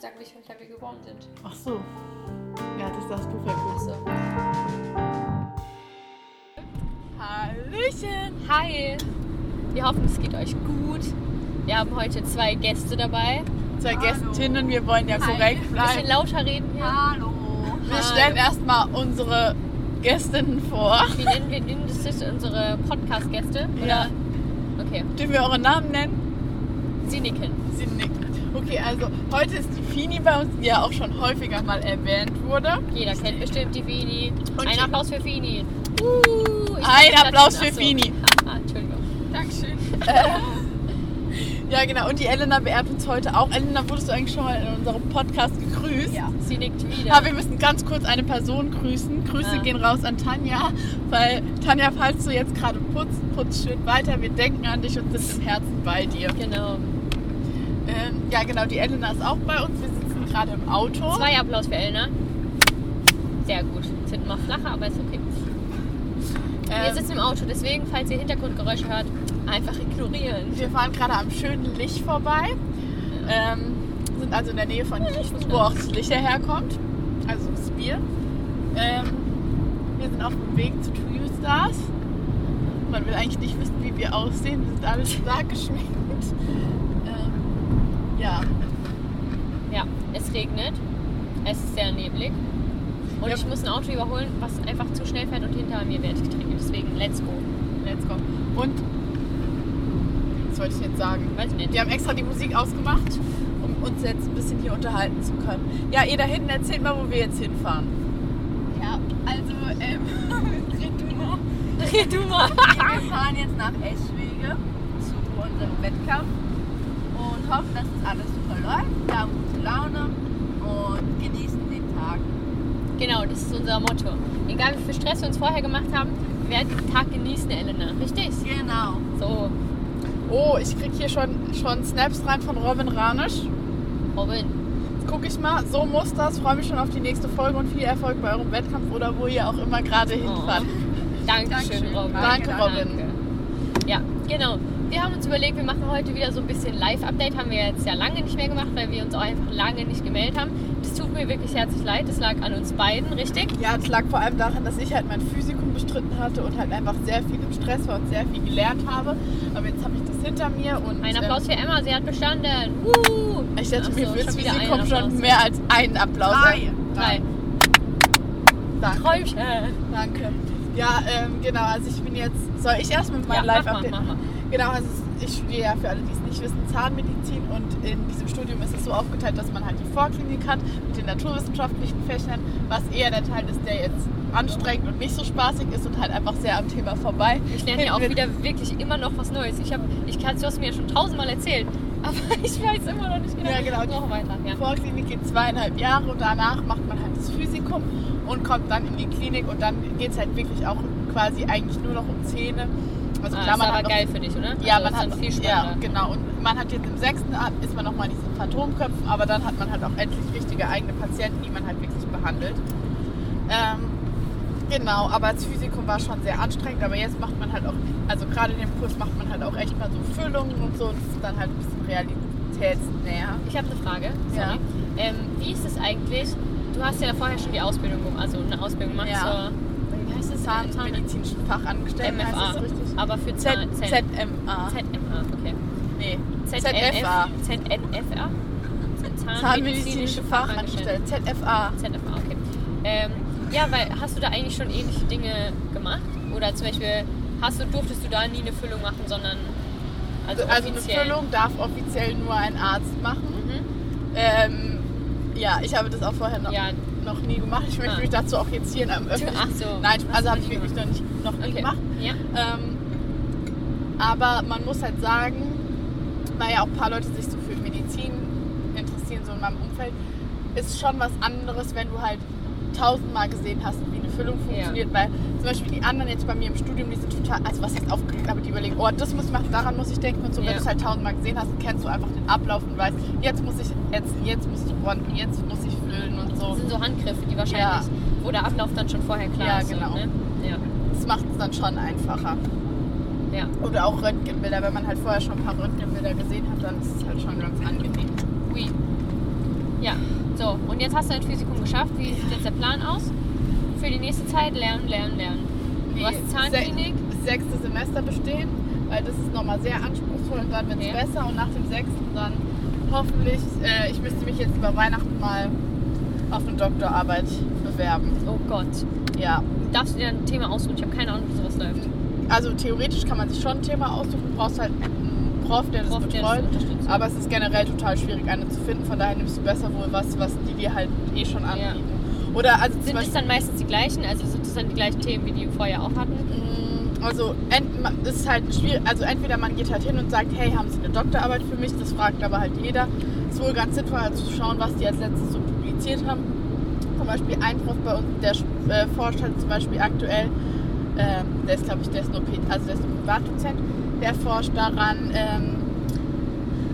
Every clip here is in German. sag, wie viel wir geworden sind. Ach so. Ja, das darfst du verkünden. So. Also, Hallöchen! Hi! Wir hoffen, es geht euch gut. Wir haben heute zwei Gäste dabei. Zwei Gästinnen, wir wollen ja korrekt Ah. Ein bisschen bleiben. lauter reden hier. Hallo. Wir Hi. stellen erstmal unsere Gästinnen vor. Wie nennen wir denn das jetzt unsere Podcast-Gäste? Oder? Ja. Okay. Dürfen wir eure Namen nennen? Sie nicken. Sie nickt. Okay, also heute ist die Fini bei uns, die ja auch schon häufiger mal erwähnt wurde. Jeder kennt bestimmt die Fini. Und Ein die- Applaus für Fini. Uh, ich Ein dachte, Applaus Ach für so. Fini. Ah, Entschuldigung. Dankeschön. Ja, genau. Und die Elena beerbt uns heute auch. Elena, wurdest du eigentlich schon mal in unserem Podcast gegrüßt? Ja. Sie nickt wieder. Aber wir müssen ganz kurz eine Person grüßen. Grüße Ah. gehen raus an Tanja, weil Tanja, falls du jetzt gerade putzt, putz schön weiter. Wir denken an dich und sind im Herzen bei dir. Genau. Ähm, ja, genau. Die Elena ist auch bei uns. Wir sitzen gerade im Auto. Zwei Applaus für Elna. Sehr gut. Sind mal flacher, aber ist okay. Wir Ähm, sitzen im Auto, deswegen, falls ihr Hintergrundgeräusche hört, einfach ignorieren. wir fahren gerade am schönen Licht vorbei. Ähm, sind also in der Nähe von Kiefens, wo auch das Licht herkommt. Also das Bier. Ähm, wir sind auf dem Weg zu Trio Stars. Man will eigentlich nicht wissen, wie wir aussehen. Wir sind alle stark geschminkt. Ähm, ja. Ja, es regnet. Es ist sehr neblig. Und Ja. ich muss ein Auto überholen, was einfach zu schnell fährt und hinter mir wird getriggert. Deswegen, let's go. Let's go. Und, was wollte ich jetzt sagen? Weiß ich nicht. Wir haben extra die Musik ausgemacht, um uns jetzt ein bisschen hier unterhalten zu können. Ja, ihr da hinten, erzählt mal, wo wir jetzt hinfahren. Ja, also, ähm, red du noch. Red du mal. Wir fahren jetzt nach Eschwege zu unserem Wettkampf und hoffen, dass es alles super läuft. Wir haben gute Laune und genießen den Tag. Genau, das ist unser Motto. Egal wie viel Stress wir uns vorher gemacht haben, wir werden den Tag genießen, Elena. Richtig? Genau. So, Oh, ich krieg hier schon, schon Snaps rein von Robin Ranisch. Robin. Jetzt guck ich mal, so muss das. Freue mich schon auf die nächste Folge und viel Erfolg bei eurem Wettkampf oder wo ihr auch immer gerade hinfahrt. Oh. Dankeschön, Dankeschön. Robin. Danke, Robin. Ja, genau. Wir haben uns überlegt, wir machen heute wieder so ein bisschen Live-Update. Haben wir jetzt ja lange nicht mehr gemacht, weil wir uns auch einfach lange nicht gemeldet haben. Das tut mir wirklich herzlich leid. Das lag an uns beiden, richtig? Ja, es lag vor allem daran, dass ich halt mein Physikum bestritten hatte und halt einfach sehr viel im Stress war und sehr viel gelernt habe. Aber jetzt habe ich das hinter mir und Ein Applaus für Emma, sie hat bestanden. Uh! Woo! Ähm, ich dachte Ach mir, so, fürs schon wieder Physikum einen schon Applaus. mehr als einen Applaus. Drei. Drei. Danke. Träumchen. Danke. Ja, ähm, genau, also ich bin jetzt, soll ich erst mit meinem Ja, mach mal, Live-Update mach mal. Genau, also es- ich studiere ja für alle, die es nicht wissen, Zahnmedizin und in diesem Studium ist es so aufgeteilt, dass man halt die Vorklinik hat mit den naturwissenschaftlichen Fächern, was eher der Teil ist, der jetzt anstrengend und nicht so spaßig ist und halt einfach sehr am Thema vorbei. Ich lerne ja auch Hinten- wieder wirklich immer noch was Neues. Ich habe, ich kann, du hast mir ja schon tausendmal erzählt, aber ich weiß immer noch nicht genau. Ja, genau. Ich brauche weiter. Ja. Vorklinik geht zweieinhalb Jahre und danach macht man halt das Physikum und kommt dann in die Klinik und dann geht es halt wirklich auch quasi eigentlich nur noch um Zähne. Also Ah, klar, ist man aber hat noch geil für dich, oder? Ja, Also man ist hat dann viel ja, spannender. genau. Und man hat jetzt im sechsten Ab- ist man nochmal in diesen Phantomköpfen, aber dann hat man halt auch endlich richtige eigene Patienten, die man halt wirklich behandelt. Ähm, genau, aber das Physikum war schon sehr anstrengend, aber jetzt macht man halt auch, also gerade in dem Kurs macht man halt auch echt mal so Füllungen und so und das ist dann halt ein bisschen realitätsnäher. Ich habe eine Frage. Sorry. Ja. Ähm, wie ist es eigentlich? Du hast ja vorher schon die Ausbildung, gemacht, also eine Ausbildung gemacht Ja. zur, wie heißt das? Zahn- medizinischen Fachangestellten MFA. heißt das richtig? Aber für Z Zahn- Zähne. ZMA. ZMA, okay. Nee, ZNFA. ZFA. ZNFA? Zahnmedizinische Fachangestellte. ZFA. ZFA, okay. Ähm, ja, weil hast du da eigentlich schon ähnliche Dinge gemacht? Oder zum Beispiel hast du, durftest du da nie eine Füllung machen, sondern also, Also eine offiziell? Füllung darf offiziell nur ein Arzt machen. Mhm. Ähm, ja, ich habe das auch vorher noch, Ja. noch nie gemacht. Ich möchte Ah. mich dazu auch jetzt hier in einem öffentlichen... Ach so. Nein, Hast also du habe noch ich nie wirklich noch, nicht, noch nie Okay. gemacht. Ja. Ähm, aber man muss halt sagen, weil ja auch ein paar Leute sich so für Medizin interessieren, so in meinem Umfeld, ist schon was anderes, wenn du halt tausendmal gesehen hast, wie eine Füllung funktioniert, weil zum Beispiel die anderen jetzt bei mir im Studium, die sind total, also was heißt aufgeregt, aber die überlegen, oh, das muss ich machen, daran muss ich denken und so, Ja. wenn du es halt tausendmal gesehen hast, kennst du einfach den Ablauf und weißt, jetzt muss ich ätzen, jetzt muss ich bohren, jetzt muss ich füllen und so. Das sind so Handgriffe, die wahrscheinlich, wo der Ablauf dann schon vorher klar Ja, ist. so, genau. Ne? Ja, Das macht es dann schon einfacher. ja. Oder auch Röntgenbilder. Wenn man halt vorher schon ein paar Röntgenbilder gesehen hat, dann ist es halt schon ganz angenehm. Ui. Ja, so. Und jetzt hast du ein Physikum geschafft. Wie sieht jetzt der Plan aus? Für die nächste Zeit lernen, lernen, lernen. Nee, Du hast Zahnklinik. sech- Sechstes Semester bestehen, weil das ist nochmal sehr anspruchsvoll und dann wird es Okay. besser und nach dem sechsten dann hoffentlich, äh, ich müsste mich jetzt über Weihnachten mal auf eine Doktorarbeit bewerben. Oh Gott. Ja, Darfst du dir ein Thema aussuchen? Ich habe keine Ahnung, wie sowas läuft. also theoretisch kann man sich schon ein Thema aussuchen, du brauchst halt einen Prof, der das Prof, der das betreut. unterstützt. aber es ist generell total schwierig, eine zu finden. Von daher nimmst du besser wohl was, was die dir halt eh schon anbieten. Oder also zum Sind es Beispiel, dann meistens die gleichen? Also sind es dann die gleichen Themen, wie die vorher auch hatten? mh, also ent, ma- es ist halt schwierig. Also entweder man geht halt hin und sagt, hey, haben Sie eine Doktorarbeit für mich? Das fragt aber halt jeder. Ist wohl ganz sinnvoll halt zu schauen, was die als letztes so publiziert haben. Zum Beispiel ein Prof bei uns, der äh, forscht halt zum Beispiel aktuell, ähm, der ist glaube ich, der ist nur, P- also der ist nur Privatdozent, der forscht daran, ähm,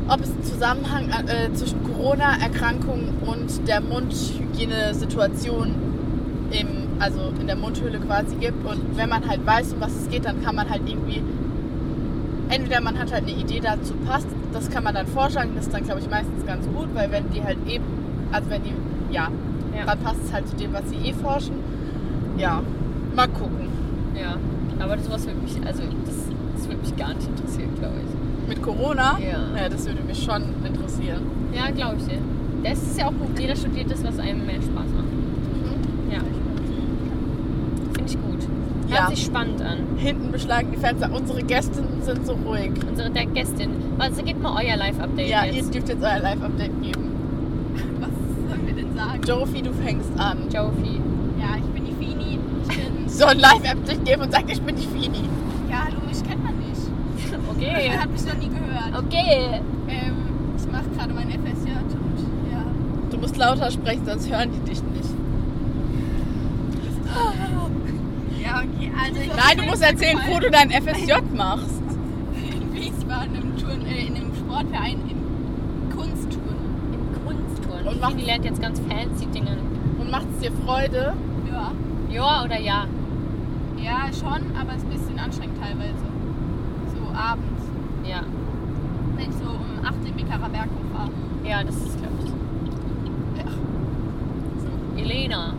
ob es einen Zusammenhang äh, zwischen Corona-Erkrankung und der Mundhygienesituation im, also in der Mundhöhle quasi gibt. Und wenn man halt weiß, um was es geht, dann kann man halt irgendwie, entweder man hat halt eine Idee dazu passt, das kann man dann vorschlagen, das ist dann glaube ich meistens ganz gut, weil wenn die halt eben, also wenn die, ja, Ja. dann passt es halt zu dem, was sie eh forschen. Ja, mal gucken. Ja. Aber sowas würde mich, also das, das würde mich gar nicht interessieren, glaube ich. Mit Corona, Ja. ja, das würde mich schon interessieren. Ja, glaube ich dir. Das ist ja auch gut. Jeder studiert das, was einem mehr Spaß macht. Ja. Finde ich gut. Hört Ja. sich spannend an. Hinten beschlagen die Fenster. Unsere Gäste sind so ruhig. Unsere der Gästin. Also gebt mal euer Live-Update Ja, ihr jetzt. dürft jetzt euer Live-Update geben. Was sollen wir denn sagen? Jofi, du fängst an. Jofi. Ja, ich bin die Fini. Ich bin. So ein Live-Update geben und sagt, ich bin die Fini. Ja, hallo, ich kennt man nicht. Okay. Man hat mich noch nie gehört. Okay. Ähm, ich mache gerade mein FSJ und ja. Du musst lauter sprechen, sonst hören die dich nicht. Ja, okay, also ich Nein, du musst erzählen, wo du dein FSJ machst. in Wiesbaden im Turn, äh, in einem Sportverein im Kunstturn. Im Kunsttouren. Und Und macht- Fini lernt jetzt ganz fancy Dinge. Und macht es dir Freude? Ja. Ja oder ja? Ja, schon, aber es ist ein bisschen anstrengend teilweise. So abends, Ja. wenn ich so um 8 Uhr in Bickerer Berg hochfahre. Ja, das ist, glaube ich. So. Elena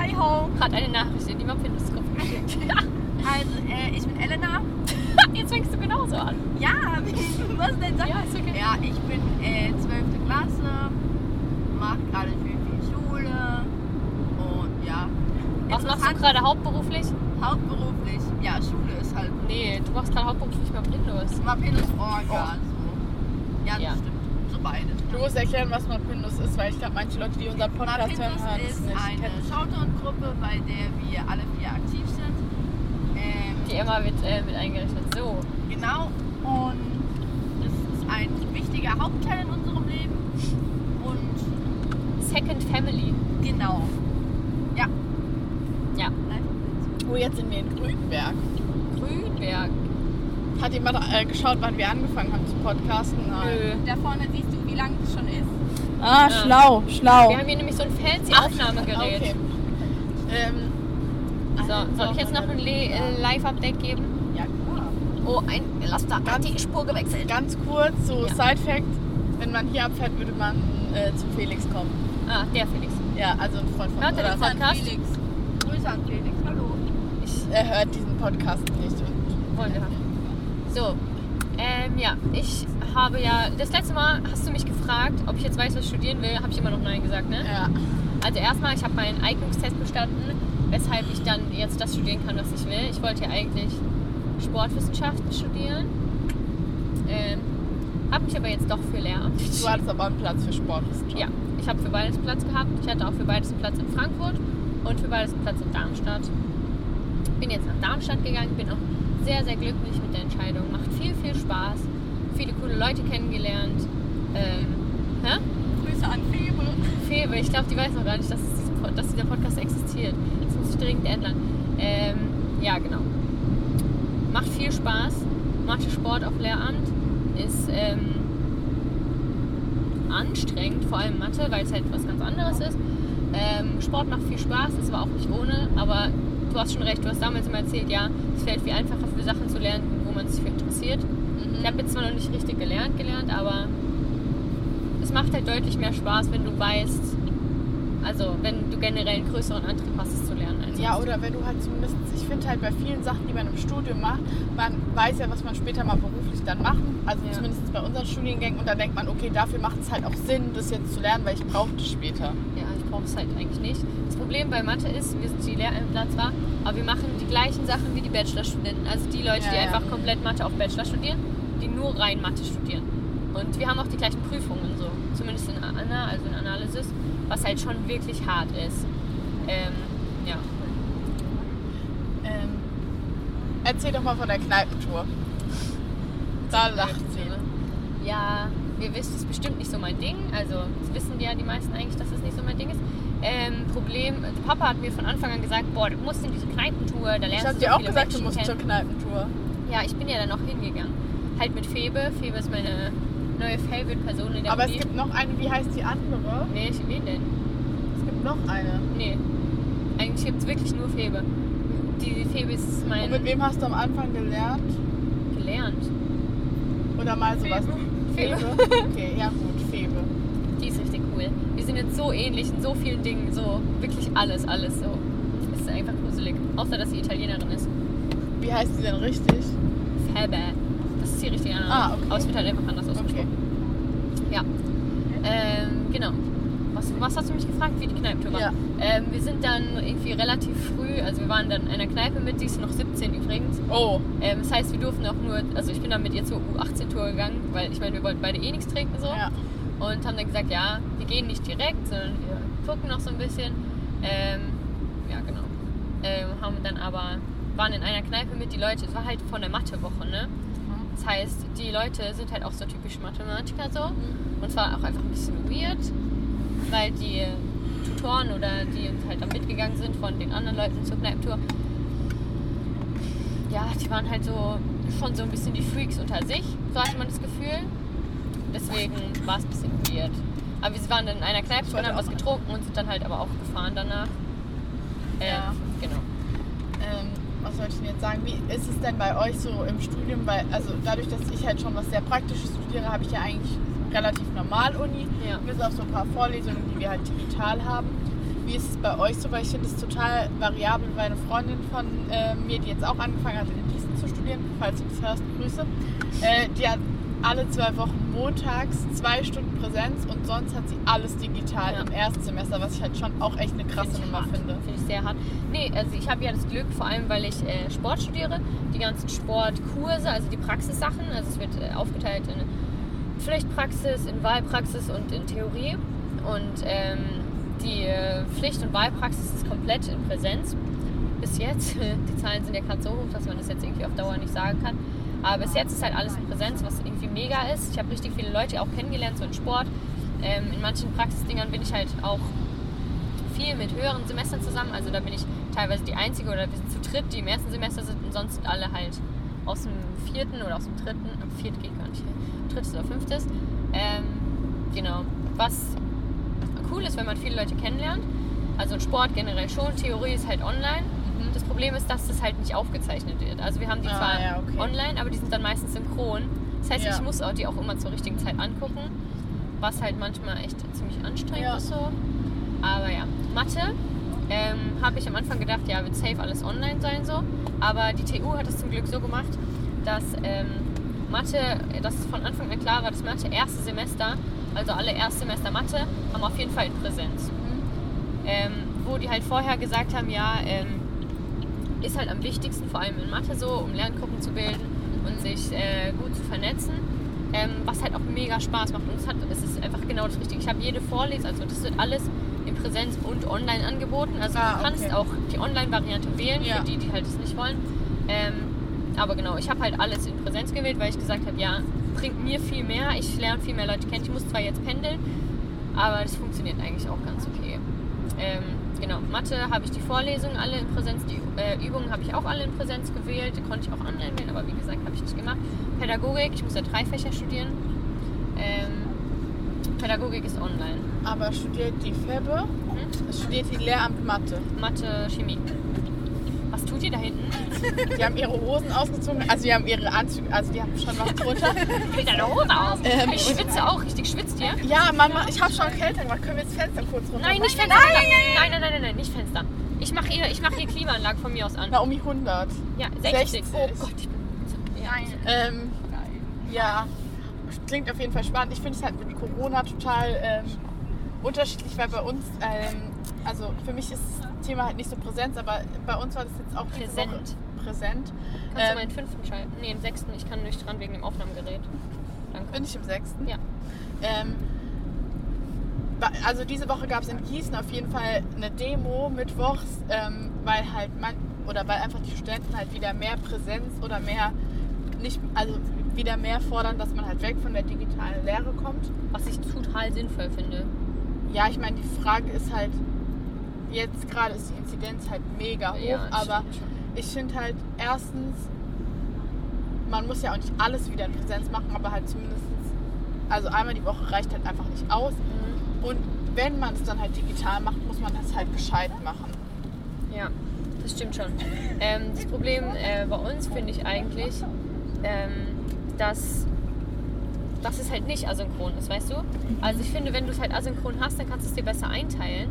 Hi ho! hat eine Nachricht in die Mapfindungsgruppe geschickt. Also, äh, ich bin Elena. Jetzt fängst du genauso an. Ja, was denn sagen? Ja, ist okay. Ja, ich bin äh, 12. Klasse, mache gerade viel, viel Schule und ja. Was machst du Interessant- gerade hauptberuflich? Hauptberuflich, ja, Schule ist halt Nee, du machst gerade hauptberuflich Mapfindus. mal Penis Orga. Oh. So. also. Ja, das Ja. stimmt. So beides. Du musst erklären, was Mapindus ist, weil ich glaube, manche Leute, die unseren Podcast hören, hören Mapindus es ist nicht. eine Shoutout-Gruppe, bei der wir alle vier aktiv sind. Die Ähm, Emma wird äh, mit eingerechnet. So. Genau. Und das ist ein wichtiger Hauptteil in unserem Leben. Und Second Family. genau. Ja. Ja. Oh, jetzt sind wir in Grünberg. Grünberg. Hat jemand äh, geschaut, wann wir angefangen haben zu podcasten? Nö. Da vorne siehst du, wie lang es schon ist. Ah, Ja. schlau, schlau. Wir haben hier nämlich so ein fancy Aufnahmegerät. Okay. Ähm, So, soll ich jetzt noch ein Le äh, Live-Update geben? ja, klar. Oh, ein Laster hat die Spur gewechselt. Ganz kurz, so Ja. Side-Fact: Wenn man hier abfährt, würde man äh, zu Felix kommen. Ah, der Felix. Ja, also ein Freund von Hört er oder- das an? Podcast? Felix. Grüße an Felix. Hallo. Ich, er hört diesen Podcast nicht. Und Wollen wir haben. So, ähm, ja, ich habe ja, das letzte Mal hast du mich gefragt, ob ich jetzt weiß, was ich studieren will, habe ich immer noch Nein gesagt, ne? ja, Also erstmal, ich habe meinen Eignungstest bestanden, weshalb ich dann jetzt das studieren kann, was ich will. Ich wollte ja eigentlich Sportwissenschaften studieren, ähm, habe mich aber jetzt doch für Lehramt du entschieden. hattest aber einen Platz für Sportwissenschaft. Ja, ich habe für beides Platz gehabt. Ich hatte auch für beides einen Platz in Frankfurt und für beides einen Platz in Darmstadt. Bin jetzt nach Darmstadt gegangen, bin auch sehr, sehr glücklich mit der Entscheidung. Macht viel, viel Spaß. Viele coole Leute kennengelernt. Ähm, hä? Grüße an Febe. Febe, ich glaube, die weiß noch gar nicht, dass, es diesen Pod- dass dieser Podcast existiert. Das muss ich dringend ändern. Ähm, ja, genau. Macht viel Spaß. Macht Sport auf Lehramt. Ist ähm, anstrengend, vor allem Mathe, weil es halt was ganz anderes ist. Ähm, Sport macht viel Spaß, es war auch nicht ohne, aber du hast schon recht, du hast damals immer erzählt, ja, es fällt viel einfacher für Sachen zu Mhm. lernen, wo man sich für interessiert. Ich habe jetzt zwar noch nicht richtig gelernt, gelernt, aber es es macht halt deutlich mehr Spaß, wenn du weißt, also wenn du generell einen größeren Antrieb hast, es zu lernen. Als Ja, sonst. oder wenn du halt zumindest, ich finde halt bei vielen Sachen, die man im Studium macht, man weiß ja, was man später mal beruflich dann machen, also Ja. zumindest bei unseren Studiengängen und dann denkt man, okay, dafür macht es halt auch Sinn, das jetzt zu lernen, weil ich brauche das später. Ja, ich brauche es halt eigentlich nicht. Das Problem bei Mathe ist, wir sind die Lehramtsplatz war, aber wir machen die gleichen Sachen wie die Bachelorstudenten. Also die Leute, Ja, die ja. einfach komplett Mathe auf Bachelor studieren, die nur rein Mathe studieren. Und wir haben auch die gleichen Prüfungen so, zumindest in Ana, also in Analysis, was halt schon wirklich hart ist. Ähm, ja. Ähm, erzähl doch mal von der Kneipentour. Da lacht sie. Ja, ihr wisst, es ist bestimmt nicht so mein Ding. Also, das wissen ja die meisten eigentlich, dass es nicht so mein Ding ist. Ähm, Problem, also Papa hat mir von Anfang an gesagt, boah, du musst in diese Kneipentour, da lernst Ich du hab so dir auch viele gesagt, du Menschen musst kennen. zur Kneipentour. Ja, ich bin ja dann auch hingegangen. Halt mit Febe. Febe ist meine neue Favorite-Person in der Aber es Uni. gibt noch eine, wie heißt die andere? Nee, ich, wen denn? Es gibt noch eine. Nee. Eigentlich gibt es wirklich nur Febe. Die Febe ist mein Und mit wem hast du am Anfang gelernt? gelernt. Oder mal sowas? Febe. Okay, ja gut, Febe. Die ist richtig cool. Wir sind jetzt so ähnlich in so vielen Dingen, so wirklich alles, alles so. Es ist einfach gruselig. Außer, dass sie Italienerin ist. Wie heißt sie denn richtig? Febe. Das ist die richtige Name. Ah, okay. Aber es wird halt einfach anders ausgesprochen. Okay. Ähm, genau. Was, was hast du mich gefragt, wie die Kneipentour war? Ja. Ähm, wir sind dann irgendwie relativ früh, also wir waren dann in einer Kneipe mit, sie ist noch 17 übrigens. Oh, Ähm, das heißt, wir durften auch nur, also ich bin dann mit ihr zur U18-Tour gegangen, weil ich meine, wir wollten beide eh nichts trinken so. ja. Und haben dann gesagt, ja, wir gehen nicht direkt, sondern wir gucken noch so ein bisschen. Ähm, ja, genau. Ähm, haben dann aber, waren in einer Kneipe mit, die Leute, es war halt von der Mathewoche, ne? Mhm. Das heißt, die Leute sind halt auch so typisch Mathematiker so. Mhm. Und zwar auch einfach ein bisschen weird, weil die Tutoren oder die uns halt da mitgegangen sind von den anderen Leuten zur Kneipentour, ja, die waren halt so schon so ein bisschen die Freaks unter sich, so hatte man das Gefühl. Deswegen war es ein bisschen weird. Aber wir waren dann in einer Kneipe Ich und wollte haben was auch mal. getrunken und sind dann halt aber auch gefahren danach. Äh, Ja. Genau. Ähm, was wollte ich denn jetzt sagen? Wie ist es denn bei euch so im Studium? Weil, also dadurch, dass ich halt schon was sehr Praktisches studiere, habe ich ja eigentlich relativ normal Uni. Ja. Bis auf so ein paar Vorlesungen, die wir halt digital haben. Wie ist es bei euch so? Weil ich finde es total variabel. Meine Freundin von äh, mir, die jetzt auch angefangen hat, in Gießen zu studieren, falls du das hörst, Grüße, äh, die hat alle zwei Wochen montags zwei Stunden Präsenz und sonst hat sie alles digital Ja. im Erstsemester, was ich halt schon auch echt eine krasse Finde ich Nummer hart. finde. Finde ich sehr hart. Nee, also ich habe ja das Glück, vor allem weil ich äh, Sport studiere, die ganzen Sportkurse, also die Praxissachen, also es wird äh, aufgeteilt in Pflichtpraxis, in Wahlpraxis und in Theorie. Und ähm, die äh, Pflicht- und Wahlpraxis ist komplett in Präsenz. Bis jetzt. Die Zahlen sind ja gerade so hoch, dass man das jetzt irgendwie auf Dauer nicht sagen kann. Aber bis jetzt ist halt alles in Präsenz, was irgendwie mega ist. Ich habe richtig viele Leute auch kennengelernt, so in Sport. Ähm, in manchen Praxisdingern bin ich halt auch viel mit höheren Semestern zusammen. Also da bin ich teilweise die Einzige oder wir sind zu dritt, die im ersten Semester sind und sonst sind alle halt aus dem vierten oder aus dem dritten. Am vierten geht gar nicht hier. Drittes oder fünftes. Ähm, genau. Was cool ist, wenn man viele Leute kennenlernt. Also in Sport generell schon. Theorie ist halt online. Das Problem ist, dass das halt nicht aufgezeichnet wird. Also wir haben die Mhm. Ah, zwar ja, okay. online, aber die sind dann meistens synchron. Das heißt, Ja. ich muss auch die auch immer zur richtigen Zeit angucken. Was halt manchmal echt ziemlich anstrengend Ja. ist so. Aber ja, Mathe ähm, habe ich am Anfang gedacht, ja, wird safe alles online sein so. Aber die TU hat es zum Glück so gemacht, dass ähm, Mathe, dass es von Anfang an klar war, dass Mathe erste Semester, also alle Erstsemester Mathe, haben auf jeden Fall in Präsenz. Ähm, wo die halt vorher gesagt haben, ja, ähm, ist halt am wichtigsten, vor allem in Mathe so, um Lerngruppen zu bilden und sich äh, gut zu vernetzen. Ähm, was halt auch mega Spaß macht. Und es, hat, es ist einfach genau das Richtige. Ich habe jede Vorlesung, also das wird alles in Präsenz und online angeboten. Also Ah, du kannst okay. auch die Online-Variante wählen, Ja. für die, die halt es nicht wollen. Ähm, aber genau, ich habe halt alles in Präsenz gewählt, weil ich gesagt habe, ja, bringt mir viel mehr, ich lerne viel mehr Leute kennen. Ich muss zwar jetzt pendeln, aber das funktioniert eigentlich auch ganz okay. Ähm, genau, Mathe habe ich die Vorlesungen alle in Präsenz, die äh, Übungen habe ich auch alle in Präsenz gewählt, die konnte ich auch online wählen, aber wie gesagt, habe ich nicht gemacht. Pädagogik, ich muss ja drei Fächer studieren. Ähm, Pädagogik ist online. Aber Mhm. studiert die Febbe? Studiert die Lehramt Mathe? Mathe, Chemie. Was tut Studie da hinten. Die haben ihre Hosen ausgezogen, also die haben ihre Anzüge, also die haben schon was drunter. Sieht deine Hose aus. Ähm, ich schwitze auch, richtig schwitzt ihr? Ja, Mama, ich habe schon Kälte gemacht. Können wir das Fenster kurz runter? Nein, nicht Fenster. Nein, nein, nein, nein, nein, nein nicht Fenster. Ich mache hier, ich mach hier Klimaanlage von mir aus an. Naomi 100. Ja, 60. 60. Oh Gott, ich bin. Ja. Ähm, ja, klingt auf jeden Fall spannend. Ich finde es halt mit Corona total ähm, unterschiedlich, weil bei uns, ähm, also für mich ist das Thema halt nicht so präsent, aber bei uns war das jetzt auch diese Präsent. Woche präsent. Kannst du Ähm, meinen fünften schalten? Nee, im sechsten. Ich kann nicht dran wegen dem Aufnahmegerät. Danke. Bin ich im sechsten? Ja. Ähm, ba- also diese Woche gab es in Gießen auf jeden Fall eine Demo mittwochs, ähm, weil halt man oder weil einfach die Studenten halt wieder mehr Präsenz oder mehr nicht also wieder mehr fordern, dass man halt weg von der digitalen Lehre kommt. Was ich total sinnvoll finde. Ja, ich meine die Frage ist halt jetzt gerade ist die Inzidenz halt mega hoch, Ja, das aber stimmt schon. ich finde halt erstens, man muss ja auch nicht alles wieder in Präsenz machen, aber halt zumindest, also einmal die Woche reicht halt einfach nicht aus. Mhm. Und wenn man es dann halt digital macht, muss man das halt gescheit machen. Ja, das stimmt schon. Ähm, das Problem äh, bei uns finde ich eigentlich, ähm, dass, dass es halt nicht asynchron ist, weißt du? Mhm. Also ich finde, wenn du es halt asynchron hast, dann kannst du es dir besser einteilen.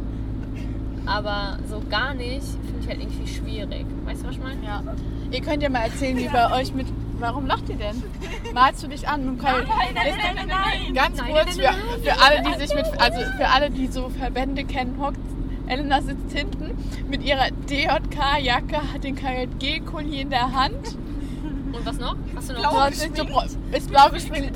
Aber so gar nicht, finde ich halt irgendwie schwierig. Weißt du, was ich meine? Ja. Ihr könnt ja mal erzählen, wie bei euch mit. Warum lacht ihr denn? Malst du dich an? nein, Nein, nein. Ganz Nein, kurz, nein, nein, für, für alle, die sich mit, also für alle, die so Verbände kennen, hockt Elena sitzt hinten mit ihrer DJK-Jacke, hat den KJG-Kuli in der Hand. Und was noch? Hast du noch Dort sind gebro- Ist blau gesprengt.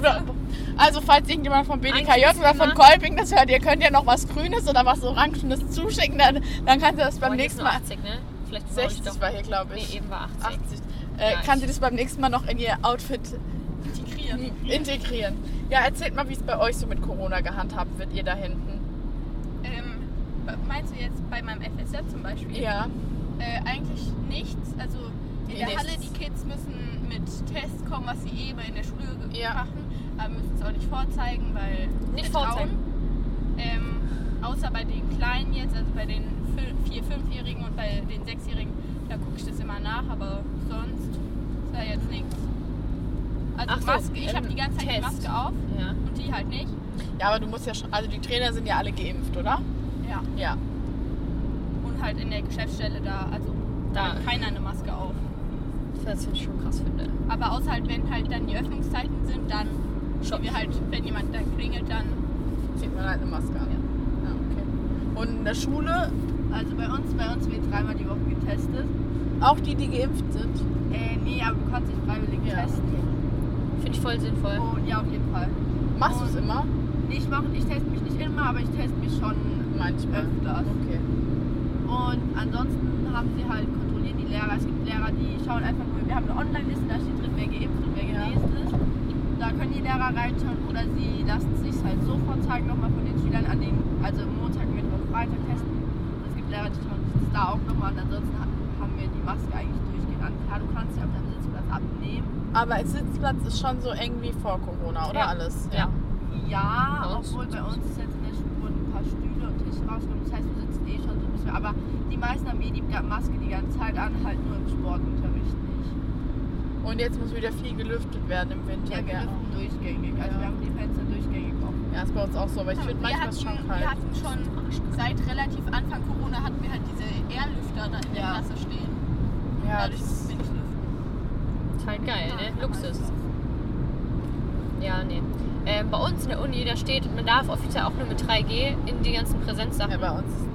Also falls irgendjemand von BDKJ Eigentlich oder von immer- Kolping das hört, ihr könnt ja noch was Grünes oder was Orangenes zuschicken, dann, dann kannst du das Boah, beim hier ist nächsten nur Mal... 80, ne? Vielleicht brauche ich 60 doch. war hier, glaube ich. Nee, eben war 80. 80. Äh, Ja, kann ich- sie das beim nächsten Mal noch in ihr Outfit Integrieren. m, integrieren? Ja, erzählt mal, wie es bei euch so mit Corona gehandhabt wird, ihr da hinten. Ähm, meinst du jetzt bei meinem FSJ zum Beispiel? Ja. Äh, eigentlich nichts. Also in Wie der nichts? Halle, die Kids müssen mit Tests kommen, was sie eben in der Schule ge- Ja. machen. Aber müssen es auch nicht vorzeigen, weil. Nicht Vertrauen. vorzeigen. Ähm, außer bei den Kleinen jetzt, also bei den Fü- Vier-, Fünfjährigen und bei den Sechsjährigen, da gucke ich das immer nach, aber sonst ist da jetzt nichts. Also Ach so, Maske, ich habe ähm, die ganze Zeit die Test. Maske auf Ja. und die halt nicht. Ja, aber du musst ja schon... Also die Trainer sind ja alle geimpft, oder? Ja. Ja. Und halt in der Geschäftsstelle da, also Da. da hat keiner eine Maske auf. Das finde ich schon krass, finde. Aber außer halt, wenn halt dann die Öffnungszeiten sind, dann Schon. schon wir halt, wenn jemand dann klingelt, dann. Zieht man halt eine Maske an. Ja, okay. Und in der Schule Also bei uns, bei uns wird dreimal die Woche getestet. auch die, die geimpft sind. Äh, nee, aber du kannst dich freiwillig Ja. testen. Finde ich voll sinnvoll. Und ja, auf jeden Fall. Machst Oh. du es immer? Ich mache, ich teste mich nicht immer, aber ich teste mich schon Manchmal. öfters. Okay. Und ansonsten haben sie halt kontrollieren die Lehrer. Es gibt Lehrer, die schauen einfach nur, wir haben eine Online-Liste, da steht drin, wer geimpft und wer genesen ist. Da können die Lehrer reinschauen oder sie lassen sich halt so vorzeigen nochmal von den Schülern an den, also Montag, Mittwoch, Freitag testen. Und es gibt Lehrer, die schauen sich das da auch nochmal an. Ansonsten ha- haben wir die Maske eigentlich durchgehend an. Klar, du kannst sie auf deinem Sitzplatz abnehmen. Aber als Sitzplatz ist schon so eng wie vor Corona, oder Ja. alles? Ja. Ja, Ja, obwohl bei uns ist jetzt in der Schule wurden ein paar Stühle und Tische rausgenommen. Das heißt, wir sitzen eh schon so ein bisschen. Aber die meisten haben eh die Maske die ganze Zeit an, halt nur im Sportunterricht nicht. Und jetzt muss wieder viel gelüftet werden im Winter. Ja, wir gell? dürfen durchgängig. Also Ja. wir haben die Fenster durchgängig offen. ja ist bei uns auch so, aber ich finde manchmal ist schon Wir kalt. hatten schon seit relativ Anfang Corona hatten wir halt diese Airlüfter da in der Ja. Klasse stehen. Ja, Dadurch das, bin ich lüften. Ist halt geil, ne? Luxus. Also, Ja, nee. Ähm, bei uns in der Uni, da steht, man darf offiziell auch nur mit 3G in die ganzen ja, Präsenzsachen. bei uns ist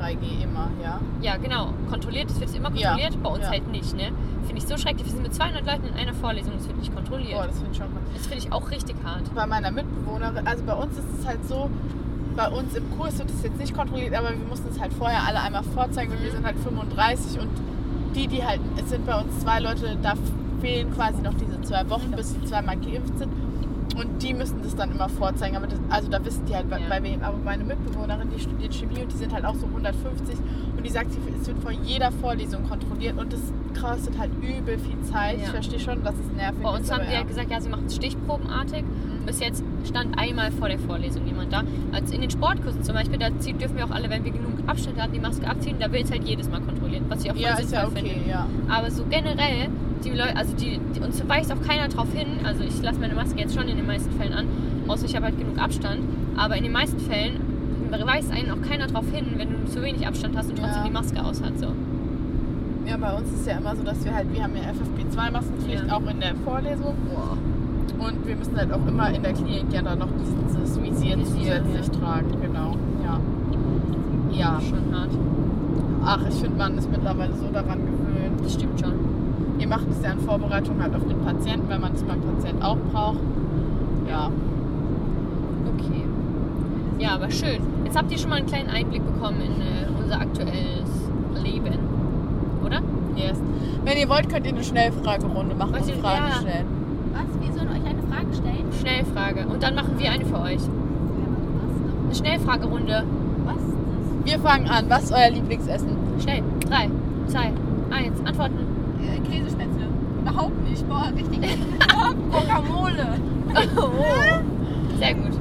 3G immer, ja. Ja, genau. Kontrolliert, das wird immer Ja. kontrolliert, bei uns Ja. halt nicht, ne? Finde ich so schrecklich. Wir sind mit 200 Leuten in einer Vorlesung, das wird nicht kontrolliert. Boah, das finde ich schon kalt. Das finde ich auch richtig hart. Bei meiner Mitbewohnerin, also bei uns ist es halt so, bei uns im Kurs wird es jetzt nicht kontrolliert, aber wir mussten es halt vorher alle einmal vorzeigen und wir Mhm. sind halt 35 und die, die halt, Mhm. es sind bei uns zwei Leute, da fehlen quasi noch diese zwei Wochen, bis sie zweimal geimpft sind. Und die müssen das dann immer vorzeigen. Aber das, also da wissen die halt bei, Ja. bei wem. Aber meine Mitbewohnerin, die studiert Chemie und die sind halt auch so 150 und die sagt, sie, es wird vor jeder Vorlesung kontrolliert und das kostet halt übel viel Zeit. Ich Ja. verstehe schon, dass es nervig Bei ist. uns haben aber die halt gesagt, ja, sie machen es stichprobenartig. Bis jetzt stand einmal vor der Vorlesung jemand da. Also in den Sportkursen zum Beispiel, da ziehen- dürfen wir auch alle, wenn wir genug Abstand haben, die Maske abziehen. Da wird es halt jedes Mal kontrolliert, was ich auch voll ja, ist sinnvoll ja okay, finde. ja. Aber so generell, die Leute, also die, die, uns weist auch keiner drauf hin. Also ich lasse meine Maske jetzt schon in den meisten Fällen an, außer ich habe halt genug Abstand. Aber in den meisten Fällen weist einen auch keiner drauf hin, wenn du zu wenig Abstand hast und trotzdem Ja. die Maske aus hat. So. Ja, bei uns ist ja immer so, dass wir halt, wir haben ja FFP2-Maskenpflicht Ja. auch in der Vorlesung. Und wir müssen halt auch immer in der Klinik ja dann noch dieses Visier Visier, zusätzlich tragen, genau. Ja. Ja. Schon hart. Ach, ich finde, man ist mittlerweile so daran gewöhnt. Das stimmt schon. Ihr macht es ja in Vorbereitung halt auf den Patienten, weil man es beim Patienten auch braucht. Ja. Okay. Ja, aber schön. Jetzt habt ihr schon mal einen kleinen Einblick bekommen in äh, unser aktuelles Leben. Oder? Yes. Wenn ihr wollt, könnt ihr eine Schnellfragerunde machen Wollt und ihr- Fragen ja. stellen. Was? Wir sollen euch eine Frage stellen? Schnellfrage. Und dann machen wir eine für euch. Was? Eine Schnellfragerunde. Was ist Wir fangen an. Was ist euer Lieblingsessen? Schnell. Drei, zwei, eins. Antworten. das? Äh, Käsespätzle. Überhaupt nicht. Boah, richtig. Guacamole. Oh. Sehr gut.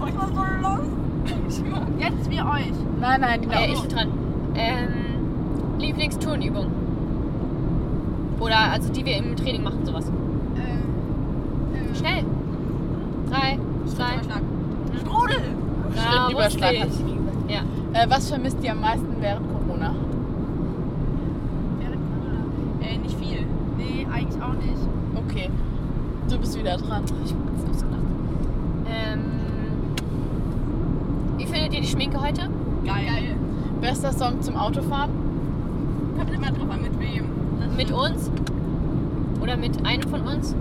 Boah, ich war so los. Ich war- Jetzt wie euch. Nein, nein, die Äh, ich bin dran. Ähm, Lieblingsturnübung. Oder also die wir im Training machen, sowas. Äh, äh, Schnell. Drei, zwei, Überschlag. Strudel! na, Schrittüberschlag hat Ah, wusste sie gesagt. ich. Ja. Äh, was vermisst ihr am meisten während Corona? Während Corona. Äh, nicht viel. Nee, eigentlich auch nicht. Okay. Du bist wieder dran. Das hab's gedacht. Ähm, wie findet ihr die Schminke heute? Geil. Geil. Bester Song zum Autofahren? Kommt immer drauf an, mit wem. Das Mit stimmt. uns? Oder mit einem von uns?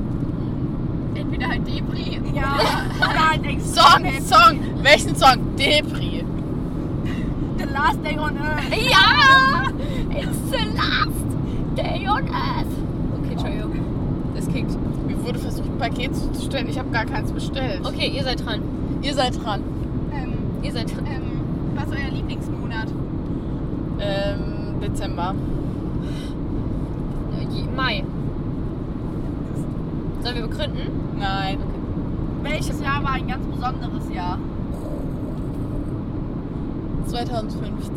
Entweder halt Debris. Ja. Oder halt denkst Song, Song! Welchen Song? Depri. The last day on earth. Ja! It's the last day on earth! Okay, Entschuldigung. Das kickt. Mir wurde versucht, ein Paket zu bestellen. Ich habe gar keins bestellt. Okay, ihr seid dran. Ihr seid dran. Ähm, Ihr seid dran. ähm, was ist euer Lieblingsmonat? Ähm, Dezember. Äh, je- Mai. Sollen wir begründen? Nein. Welches Jahr war ein ganz besonderes Jahr? 2015.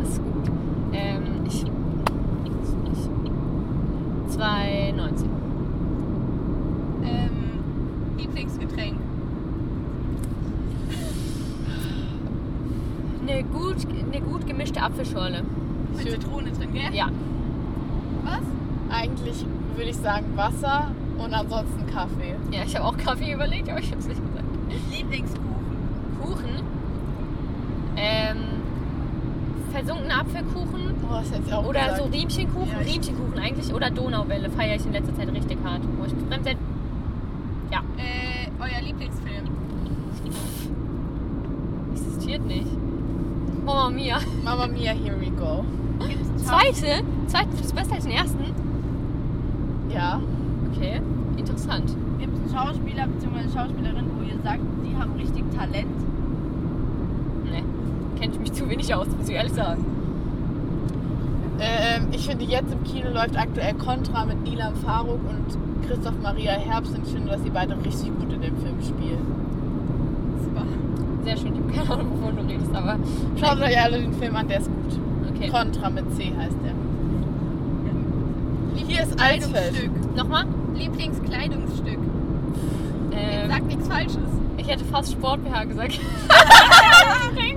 Das ist gut. Ähm, ich. ich 2019. Ähm, Lieblingsgetränk. Eine gut, eine gut gemischte Apfelschorle. Mit Zitrone drin, gell? Ja. Was? Eigentlich würde ich sagen Wasser und ansonsten Kaffee. Ja, ich habe auch Kaffee überlegt, aber ich habe es nicht gesagt. Lieblingskuchen. Kuchen. Ähm, versunkener Apfelkuchen Oh, das hätte ich auch oder gesagt. so Riemchenkuchen. Ja, ich- Riemchenkuchen eigentlich oder Donauwelle feiere ich in letzter Zeit richtig hart. Wo ich bremse. Äh, euer Lieblingsfilm. Existiert nicht. Mama mia. Mama Mia, here we go. Gibt's einen Zweite. Zweite ist besser als den ersten. Ja. Okay. Interessant. Gibt es einen Schauspieler bzw. Schauspielerin, wo ihr sagt, die haben richtig Talent? Ne. Kenne ich mich zu wenig aus, muss ich ehrlich sagen. Ähm, ich finde, jetzt im Kino läuft aktuell Contra mit Nilam Faruk und Christoph Maria Herbst und ich finde, dass sie beide richtig gut in dem Film spielen. Super. Sehr schön. Ich habe keine Ahnung, wovon du redest, aber Schaut euch alle den Film an, der ist gut. okay. Contra mit C heißt der. Hier ist Alsfeld. Kleidungsstück. Nochmal. Lieblingskleidungsstück. Ähm, Sag nichts Falsches. Ich hätte fast Sport-BH gesagt. Wo äh,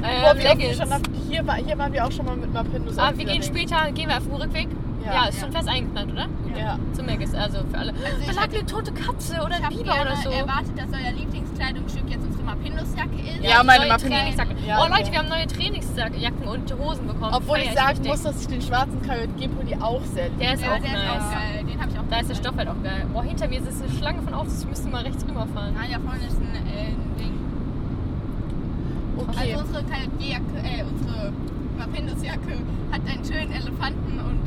wir auch Leggings. schon auf- hier, war, hier waren wir auch schon mal mit Mapindus. Ah, auf wir gehen Wiedersehen. später, gehen wir auf den Rückweg. Ja, Ja, ist schon fest eingeplant, oder? ja. Zum Megas, also für alle. Also Da ich lag hab- eine tote Katze oder ich ein hab Biber oder gerne so. erwartet, dass euer Lieblingskleidungsstück jetzt unsere Mapindusjacke ist. Ja, meine neue Mappe- Trainingsjacke. Ja, oh Leute, ja. wir haben neue Trainingsjacken und Hosen bekommen. Obwohl Feier ich sagen richtig. muss, dass ich den schwarzen Coyote Gepoli auch sehr liebe. der ist Ja, auch der ist nice. auch geil. Den hab ich auch. Da ist gefallen. der Stoff halt auch geil. Boah, hinter mir ist eine Schlange von Autos, ich müsste mal rechts rüberfahren. Nein, da vorne ist ein äh, ein Ding. Okay. Also unsere Kajakjacke, äh, unsere Mapindusjacke hat einen schönen Elefanten und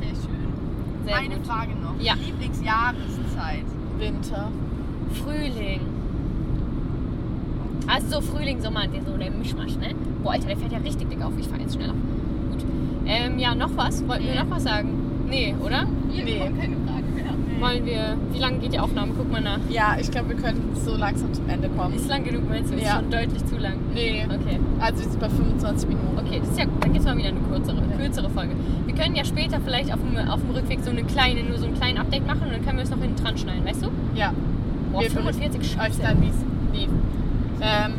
sehr schön. Sehr Eine gut. Frage noch. Ja. Lieblingsjahreszeit. also- Winter. Frühling. Also so Frühling, Sommer, der, so der Mischmasch, ne? Boah, Alter, der fährt ja richtig dick auf. Ich fahre jetzt schneller. Gut. Ähm, ja, noch was? Wollten wir Nee. noch was sagen? Nee, oder? Hier Nee. kommen keine Fragen mehr. Wollen wir... Wie lange geht die Aufnahme? Guck mal nach. Ja, ich glaube, wir können so langsam zum Ende kommen. Ist lang genug, meinst du? Ist Ja. schon deutlich zu lang. Nee, Okay. also wir sind bei 25 Minuten. Okay, das ist ja gut. Dann gibt es mal wieder eine kürzere, kürzere Folge. Wir können ja später vielleicht auf dem, auf dem Rückweg so eine kleine, nur so ein kleinen Update machen und dann können wir es noch hinten dran schneiden, weißt du? Ja, Boah, Wir 45 euch Scheiße. dann wie es lief. Ähm,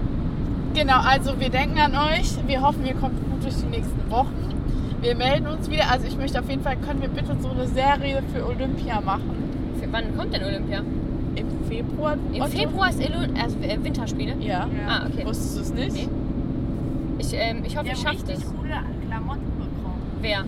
genau, also wir denken an euch. Wir hoffen, ihr kommt gut durch die nächsten Wochen. Wir melden uns wieder. Also ich möchte auf jeden Fall, können wir bitte so eine Serie für Olympia machen? Für wann kommt denn Olympia? Im Februar? Im Otto? Februar ist Elo, also äh, Winterspiele. Ja. Ah, okay. Wusstest du es nicht? Nee. Ich, ähm, ich hoffe, Wir ich haben schaffe richtig das. coole Klamotten bekommen. Wer?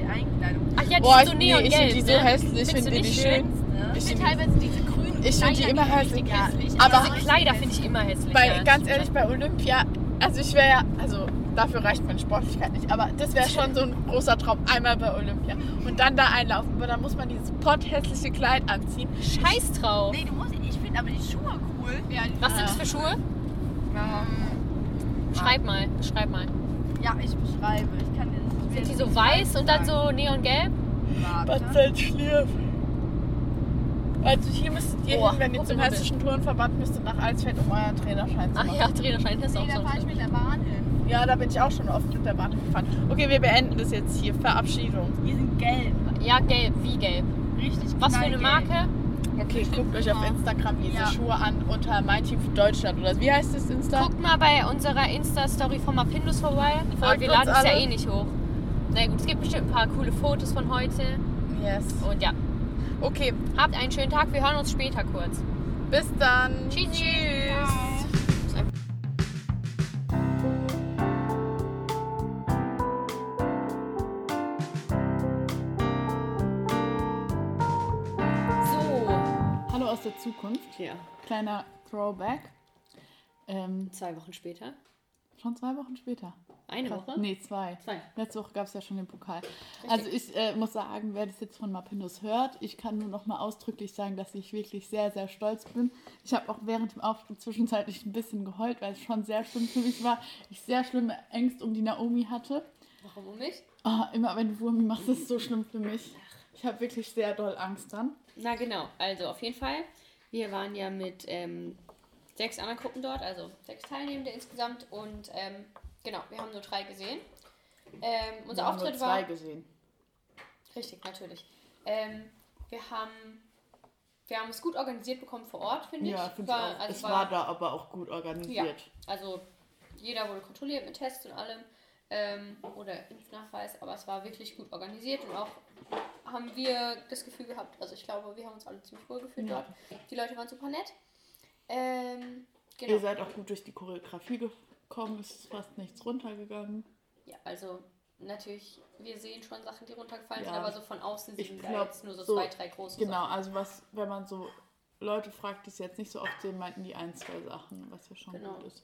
Die Einkleidung. Ach ja, die Boah, sind so nee, neongelb. ich finde die so ne? hässlich. Ich Findest du finde die nicht nicht schön? schön. Ne? Ich Ich finde finde die, teilweise diese grünen ich find die Kleider immer nicht hässlich. richtig hässlich. Aber Also Diese ich- Kleider finde ich immer hässlich. Bei, ja. ganz ehrlich, bei Olympia, also ich wäre ja, also dafür reicht meine Sportlichkeit nicht, aber das wäre schon so ein großer Traum, einmal bei Olympia und dann da einlaufen. Aber dann muss man dieses potthässliche Kleid anziehen. Scheiß drauf. Nee, du musst. Ich finde aber die Schuhe cool. Ja, die- Was Oh. sind Ah. das für Schuhe? Schreib mal, schreib mal. Ähm, Ja, ich beschreibe. Ich kann dir das ich will Sind die jetzt so nicht weiß und dann sagen. so neongelb? Warte. Batzelt schlürfen. Also hier müsstet ihr Boah, hin, wenn ihr guck zum mal bitte. Hessischen Turnverband müsstet, nach Alsfeld, um euren Trainerschein zu Ach machen. ja, Trainerschein ist auch Nee, da so. fahre ich mit der Bahn hin. ja, da bin ich auch schon oft mit der Bahn gefahren. Okay, wir beenden das jetzt hier. Verabschiedung. Die sind gelb. Ja, gelb, wie gelb. Richtig Was für eine knallgelb. Marke? Okay, guckt euch auf Instagram diese Ja. Schuhe an unter Mein Team für Deutschland oder wie heißt das Insta? Guckt mal bei unserer Insta-Story von Mapindus vorbei. Folgt Weil wir uns laden es ja alle. eh nicht hoch. Na gut, es gibt bestimmt ein paar coole Fotos von heute. Yes. Und ja, Okay, habt einen schönen Tag. Wir hören uns später kurz. bis dann. Tschüssi. Tschüss. So, Hallo aus der Zukunft. ja, Kleiner Throwback. Ähm, zwei Wochen später. schon zwei Wochen später. Eine Krass. Woche? Nee, zwei. Zwei. Letzte Woche gab es ja schon den Pokal. Also ich äh, muss sagen, wer das jetzt von Mapindus hört, ich kann nur noch mal ausdrücklich sagen, dass ich wirklich sehr, sehr stolz bin. Ich habe auch während dem Auftritt zwischenzeitlich ein bisschen geheult, weil es schon sehr schlimm für mich war. Ich sehr schlimme Ängste um die Naomi hatte. Warum nicht? Ah, immer wenn du Wurmi machst, ist es so schlimm für mich. Ich habe wirklich sehr doll Angst dran. Na genau, also auf jeden Fall. Wir waren ja mit ähm, sechs anderen Gruppen dort, also sechs Teilnehmende insgesamt. Und ähm, genau, wir haben nur drei gesehen. Ähm, unser Wir haben Auftritt nur war. zwei gesehen. Richtig, natürlich. Ähm, wir haben. Wir haben es gut organisiert bekommen vor Ort, finde Ja, ich. finde ich auch. also es war da aber auch gut organisiert. Ja, also jeder wurde kontrolliert mit Tests und allem ähm, oder Impfnachweis, aber es war wirklich gut organisiert und auch haben wir das Gefühl gehabt, also ich glaube, wir haben uns alle ziemlich wohl gefühlt Ja. dort. Die Leute waren super nett. Ähm, genau. Ihr seid auch gut durch die Choreografie gekommen, es ist fast nichts runtergegangen. ja, also natürlich, wir sehen schon Sachen, die runtergefallen sind, Ja. aber so von außen Ich sehen wir glaub, jetzt nur so, so- zwei, drei große Genau, Sachen. also was, wenn man so Leute fragt, die es jetzt nicht so oft sehen, meinten die ein, zwei Sachen, was ja schon Genau. gut ist.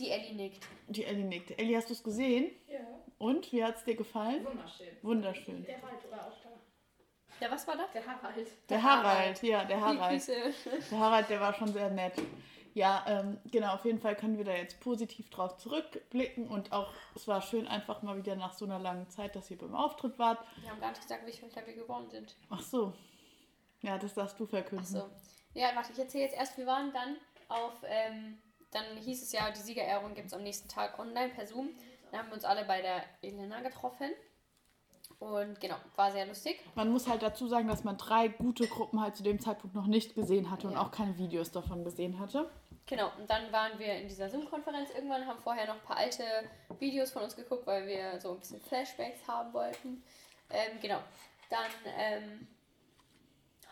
Die Ellie nickt. Die Ellie nickt. Ellie, hast du es gesehen? Ja, Und? Wie hat es dir gefallen? wunderschön. Wunderschön. Der Harald war auch da. Ja, was war das? Der Harald. Der Harald, ja, der Harald. Füße. Der Harald, der war schon sehr nett. Ja, ähm, genau, auf jeden Fall können wir da jetzt positiv drauf zurückblicken und auch, es war schön einfach mal wieder nach so einer langen Zeit, dass ihr beim Auftritt wart. Wir haben gar nicht gesagt, wie viele wir geworden sind. Ach so. Ja, das darfst du verkünden. Ach so. Ja, warte, ich erzähle jetzt erst, wir waren dann auf, ähm, dann hieß es ja, die Siegerehrung gibt es am nächsten Tag online per Zoom. Dann haben wir uns alle bei der Elena getroffen. Und genau, war sehr lustig. Man muss halt dazu sagen, dass man drei gute Gruppen halt zu dem Zeitpunkt noch nicht gesehen hatte und Ja. auch keine Videos davon gesehen hatte. Genau, und dann waren wir in dieser Zoom-Konferenz irgendwann, haben vorher noch ein paar alte Videos von uns geguckt, weil wir so ein bisschen Flashbacks haben wollten. Ähm, genau, dann ähm,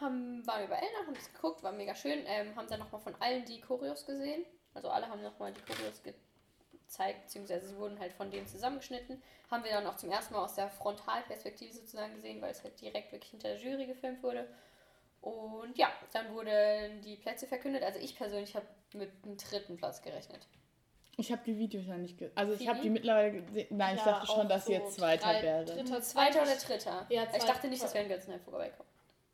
haben, waren wir bei Elna, haben das geguckt, war mega schön, ähm, haben dann nochmal von allen die Choreos gesehen. Also alle haben nochmal die Choreos gezeigt, beziehungsweise sie wurden halt von denen zusammengeschnitten. Haben wir dann auch zum ersten Mal aus der Frontalperspektive sozusagen gesehen, weil es halt direkt wirklich hinter der Jury gefilmt wurde. Und ja, dann wurden die Plätze verkündet. Also ich persönlich habe mit dem dritten Platz gerechnet. Ich habe die Videos ja nicht gesehen. Also ich habe Wie? die mittlerweile gesehen. Nein, ich Mhm. Ja, dachte schon, auch dass sie so jetzt Zweiter drei- wäre. Dritter, Zweiter oder dritter? Ja, Ich zweiter. dachte nicht, dass wir an Götzenheim vorbeikommen.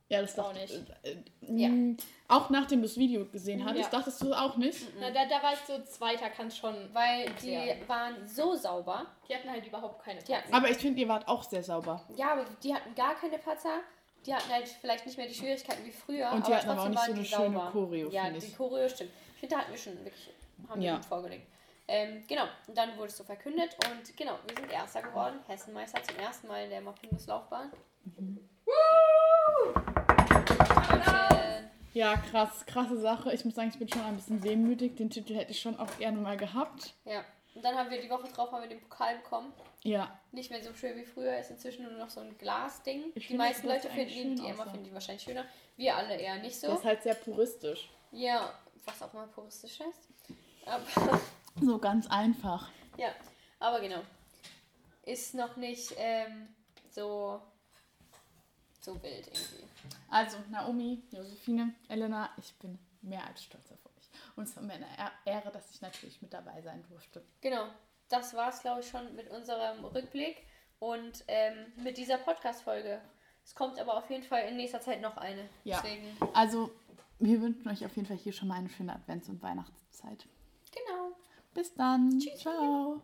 ja, das auch dachte nicht. Äh, mh, Auch nachdem du das Video gesehen hattest, Mhm. Ja. Mhm. dachtest du auch nicht. Na, da, da war ich so, Zweiter kann schon. Weil die Ja. waren so sauber. Die hatten halt überhaupt keine Die hatten, Aber ich finde, ihr wart auch sehr sauber. ja, aber die hatten gar keine Patzer. Die hatten halt vielleicht nicht mehr die Schwierigkeiten wie früher. Und die aber hatten aber auch trotzdem nicht so waren eine die schöne sauber. Choreo, Ja, finde die ich. Choreo stimmt. Ich finde, da hatten wir schon wirklich haben wir Ja. gut vorgelegt. Ähm, genau, und dann wurde es so verkündet und genau, wir sind Erster geworden. Hessenmeister zum ersten Mal in der Mappingus-Laufbahn. Mhm. Woo! Ja, krass, krasse Sache. Ich muss sagen, ich bin schon ein bisschen wehmütig. Den Titel hätte ich schon auch gerne mal gehabt. Ja, und dann haben wir die Woche drauf haben wir den Pokal bekommen. Ja, Nicht mehr so schön wie früher, ist inzwischen nur noch so ein Glasding. Ich die finde, meisten das Leute müsste finden eigentlich ihn, die schön Emma aussehen. findet ihn wahrscheinlich schöner. Wir alle eher nicht der so. ist halt sehr puristisch. Ja, was auch immer puristisch heißt. Aber, So ganz einfach. ja, aber genau. Ist noch nicht ähm, so, so wild irgendwie. Also, Naomi, Josephine, Elena, ich bin mehr als stolz auf euch. Und es war mir eine Er- Ehre, dass ich natürlich mit dabei sein durfte. Genau, das war's, glaube ich, schon mit unserem Rückblick und ähm, mit dieser Podcast-Folge. Es kommt aber auf jeden Fall in nächster Zeit noch eine. Ja. Deswegen, Also, wir wünschen euch auf jeden Fall hier schon mal eine schöne Advents- und Weihnachtszeit. genau. Bis dann. Ciao.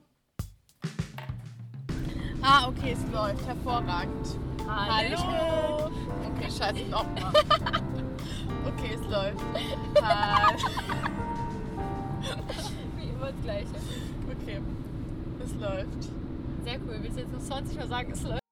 Ah, okay, es läuft. Hervorragend. Hallo. Okay, scheiße, nochmal. okay, es läuft. Hallo. Wie immer das Gleiche. Okay, es läuft. Sehr cool. Willst du jetzt noch 20 Mal sagen, es läuft?